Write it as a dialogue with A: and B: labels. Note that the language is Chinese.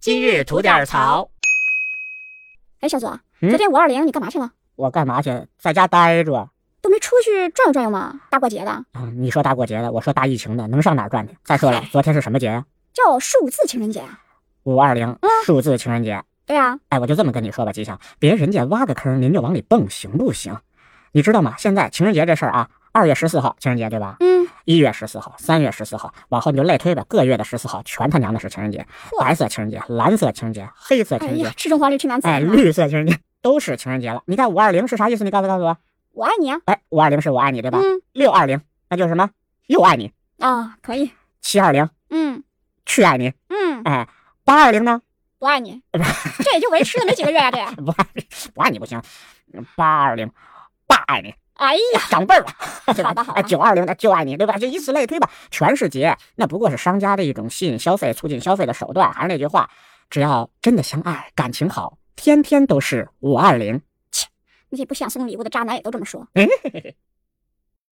A: 今日吐点槽。
B: 哎，小左，
A: 嗯
B: 昨天五二零你干嘛去了？
A: 我干嘛去？在家待着。
B: 都没出去转悠转悠吗？大过节的，
A: 啊你说大过节的，我说大疫情的，能上哪儿转去？再说了，昨天是什么节呀？
B: 叫数字情人节。啊
A: 五二零，数字情人节。
B: 对啊，
A: 哎，我就这么跟你说吧，吉祥，别人家挖个坑，您就往里蹦，行不行？你知道吗？现在情人节这事儿啊，二月十四号情人节对吧？
B: 嗯，
A: 一月十四号、三月十四号，往后你就类推吧，各月的十四号全他娘的是情人节，
B: 嚯
A: 白色情人节、蓝色情人节、黑色情
B: 哎
A: 人
B: 呀
A: 节，，
B: 吃中华绿吃男子。
A: 哎，绿色情人节都是情人节了。你看五二零是啥意思？你告诉告诉我。
B: 我爱你啊。
A: 哎，五二零是我爱你对吧？
B: 嗯
A: 六二零，那就是什么？又爱你。
B: 啊，可以。
A: 七二零，
B: 嗯
A: 去爱你。
B: 嗯，
A: 哎，八二零呢？
B: 不爱你，这也就维持了没几个月呀、这。
A: 不爱你，不爱你不行。八二零，爸爱你，
B: 哎呀，
A: 长辈儿了， 对
B: 好吧好吧
A: 吧？哎，九二零的就爱你，对吧？就以此类推吧，全是节，那不过是商家的一种吸引消费、促进消费的手段。还是那句话，只要真的相爱，感情好，天天都是五二零。
B: 那些不想送礼物的渣男也都这么说。